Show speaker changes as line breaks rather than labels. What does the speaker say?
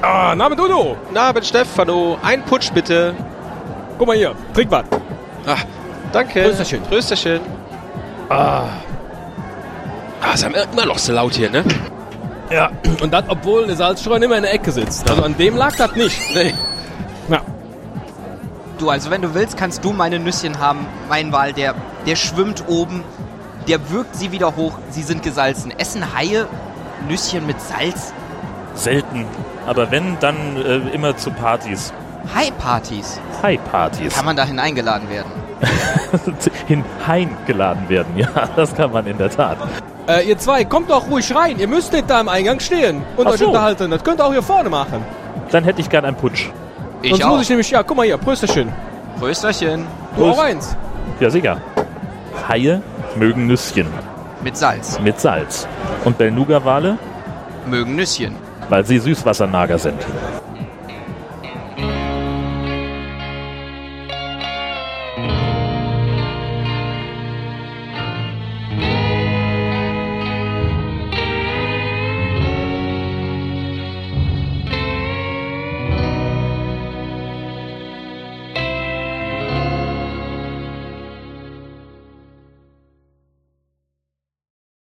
Männer. Name Dodo.
Name Stefano. oh, Ein Putsch bitte.
Guck mal hier. Trinkwart.
Ach, danke.
Prösterchen.
Prösterchen.
Ah.
Ah, ist immer noch so laut hier, ne?
Ja. Und das, obwohl eine Salzstreuen immer in der Ecke sitzt. Also an dem lag das nicht.
Nee.
Ja.
Du, also wenn du willst, kannst du meine Nüsschen haben. Mein Wal, der, der schwimmt oben, der wirkt sie wieder hoch. Sie sind gesalzen. Essen Haie Nüsschen mit Salz?
Selten. Aber wenn, dann äh, immer zu Partys.
Hai-Partys.
Hai-Partys.
Kann man dahin eingeladen werden?
In Hain geladen werden. Ja, das kann man in der Tat.
Äh, ihr zwei, kommt doch ruhig rein. Ihr müsst nicht da am Eingang stehen und
Ach
euch
so.
unterhalten. Das könnt ihr auch hier vorne machen.
Dann hätte ich gern einen Putsch.
Ich
Sonst
auch.
muss ich nämlich, ja, guck mal hier, Prösterchen.
Prösterchen.
Du
Prost.
auch eins.
Ja, sicher. Haie mögen Nüsschen
Mit Salz.
mit Salz. Und Belnuga-Wale,
Mögen Nüsschen.
weil sie Süßwassernager sind.